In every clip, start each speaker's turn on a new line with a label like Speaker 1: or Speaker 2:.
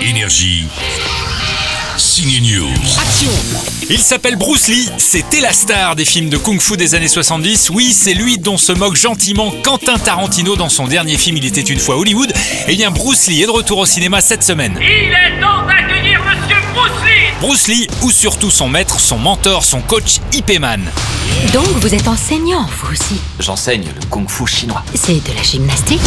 Speaker 1: Énergie. Signe News.
Speaker 2: Il s'appelle Bruce Lee, c'était la star des films de kung-fu des années 70. Oui, c'est lui dont se moque gentiment Quentin Tarantino dans son dernier film Il était une fois Hollywood. Eh bien, Bruce Lee est de retour au cinéma cette semaine.
Speaker 3: Il est temps d'accueillir Monsieur Bruce Lee
Speaker 2: Bruce Lee, ou surtout son maître, son mentor, son coach, Ip Man.
Speaker 4: Donc vous êtes enseignant, vous aussi.
Speaker 5: J'enseigne le kung-fu chinois.
Speaker 4: C'est de la gymnastique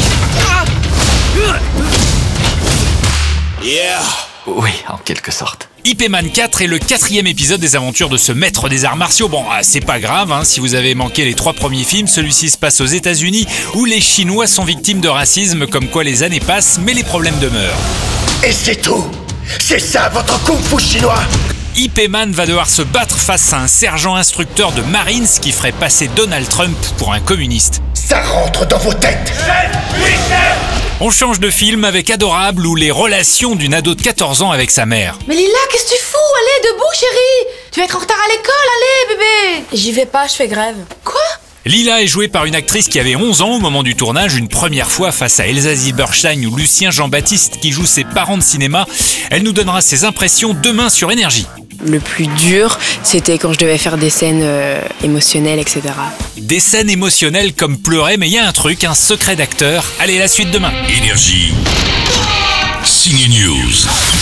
Speaker 5: Oui, en quelque sorte.
Speaker 2: Ip Man 4 est le quatrième épisode des aventures de ce maître des arts martiaux. Bon, ah, c'est pas grave, hein, si vous avez manqué les trois premiers films, celui-ci se passe aux États-Unis, où les Chinois sont victimes de racisme, comme quoi les années passent, mais les problèmes demeurent.
Speaker 6: Et c'est tout C'est ça votre kung fu chinois
Speaker 2: Ip Man va devoir se battre face à un sergent instructeur de Marines qui ferait passer Donald Trump pour un communiste.
Speaker 6: Ça rentre dans vos têtes
Speaker 2: On change de film avec Adorable ou les relations d'une ado de 14 ans avec sa mère.
Speaker 7: Mais Lila, qu'est-ce que tu fous Allez, debout, chérie Tu vas être en retard à l'école, allez, bébé J'y vais pas, je fais grève. Quoi
Speaker 2: Lila est jouée par une actrice qui avait 11 ans au moment du tournage, une première fois face à Elsa Zilberstein ou Lucien Jean-Baptiste qui joue ses parents de cinéma. Elle nous donnera ses impressions demain sur Énergie.
Speaker 8: Le plus dur, c'était quand je devais faire des scènes euh, émotionnelles, etc.
Speaker 2: Des scènes émotionnelles comme pleurer, mais il y a un truc, un secret d'acteur. Allez, la suite demain.
Speaker 1: Énergie. Signe News.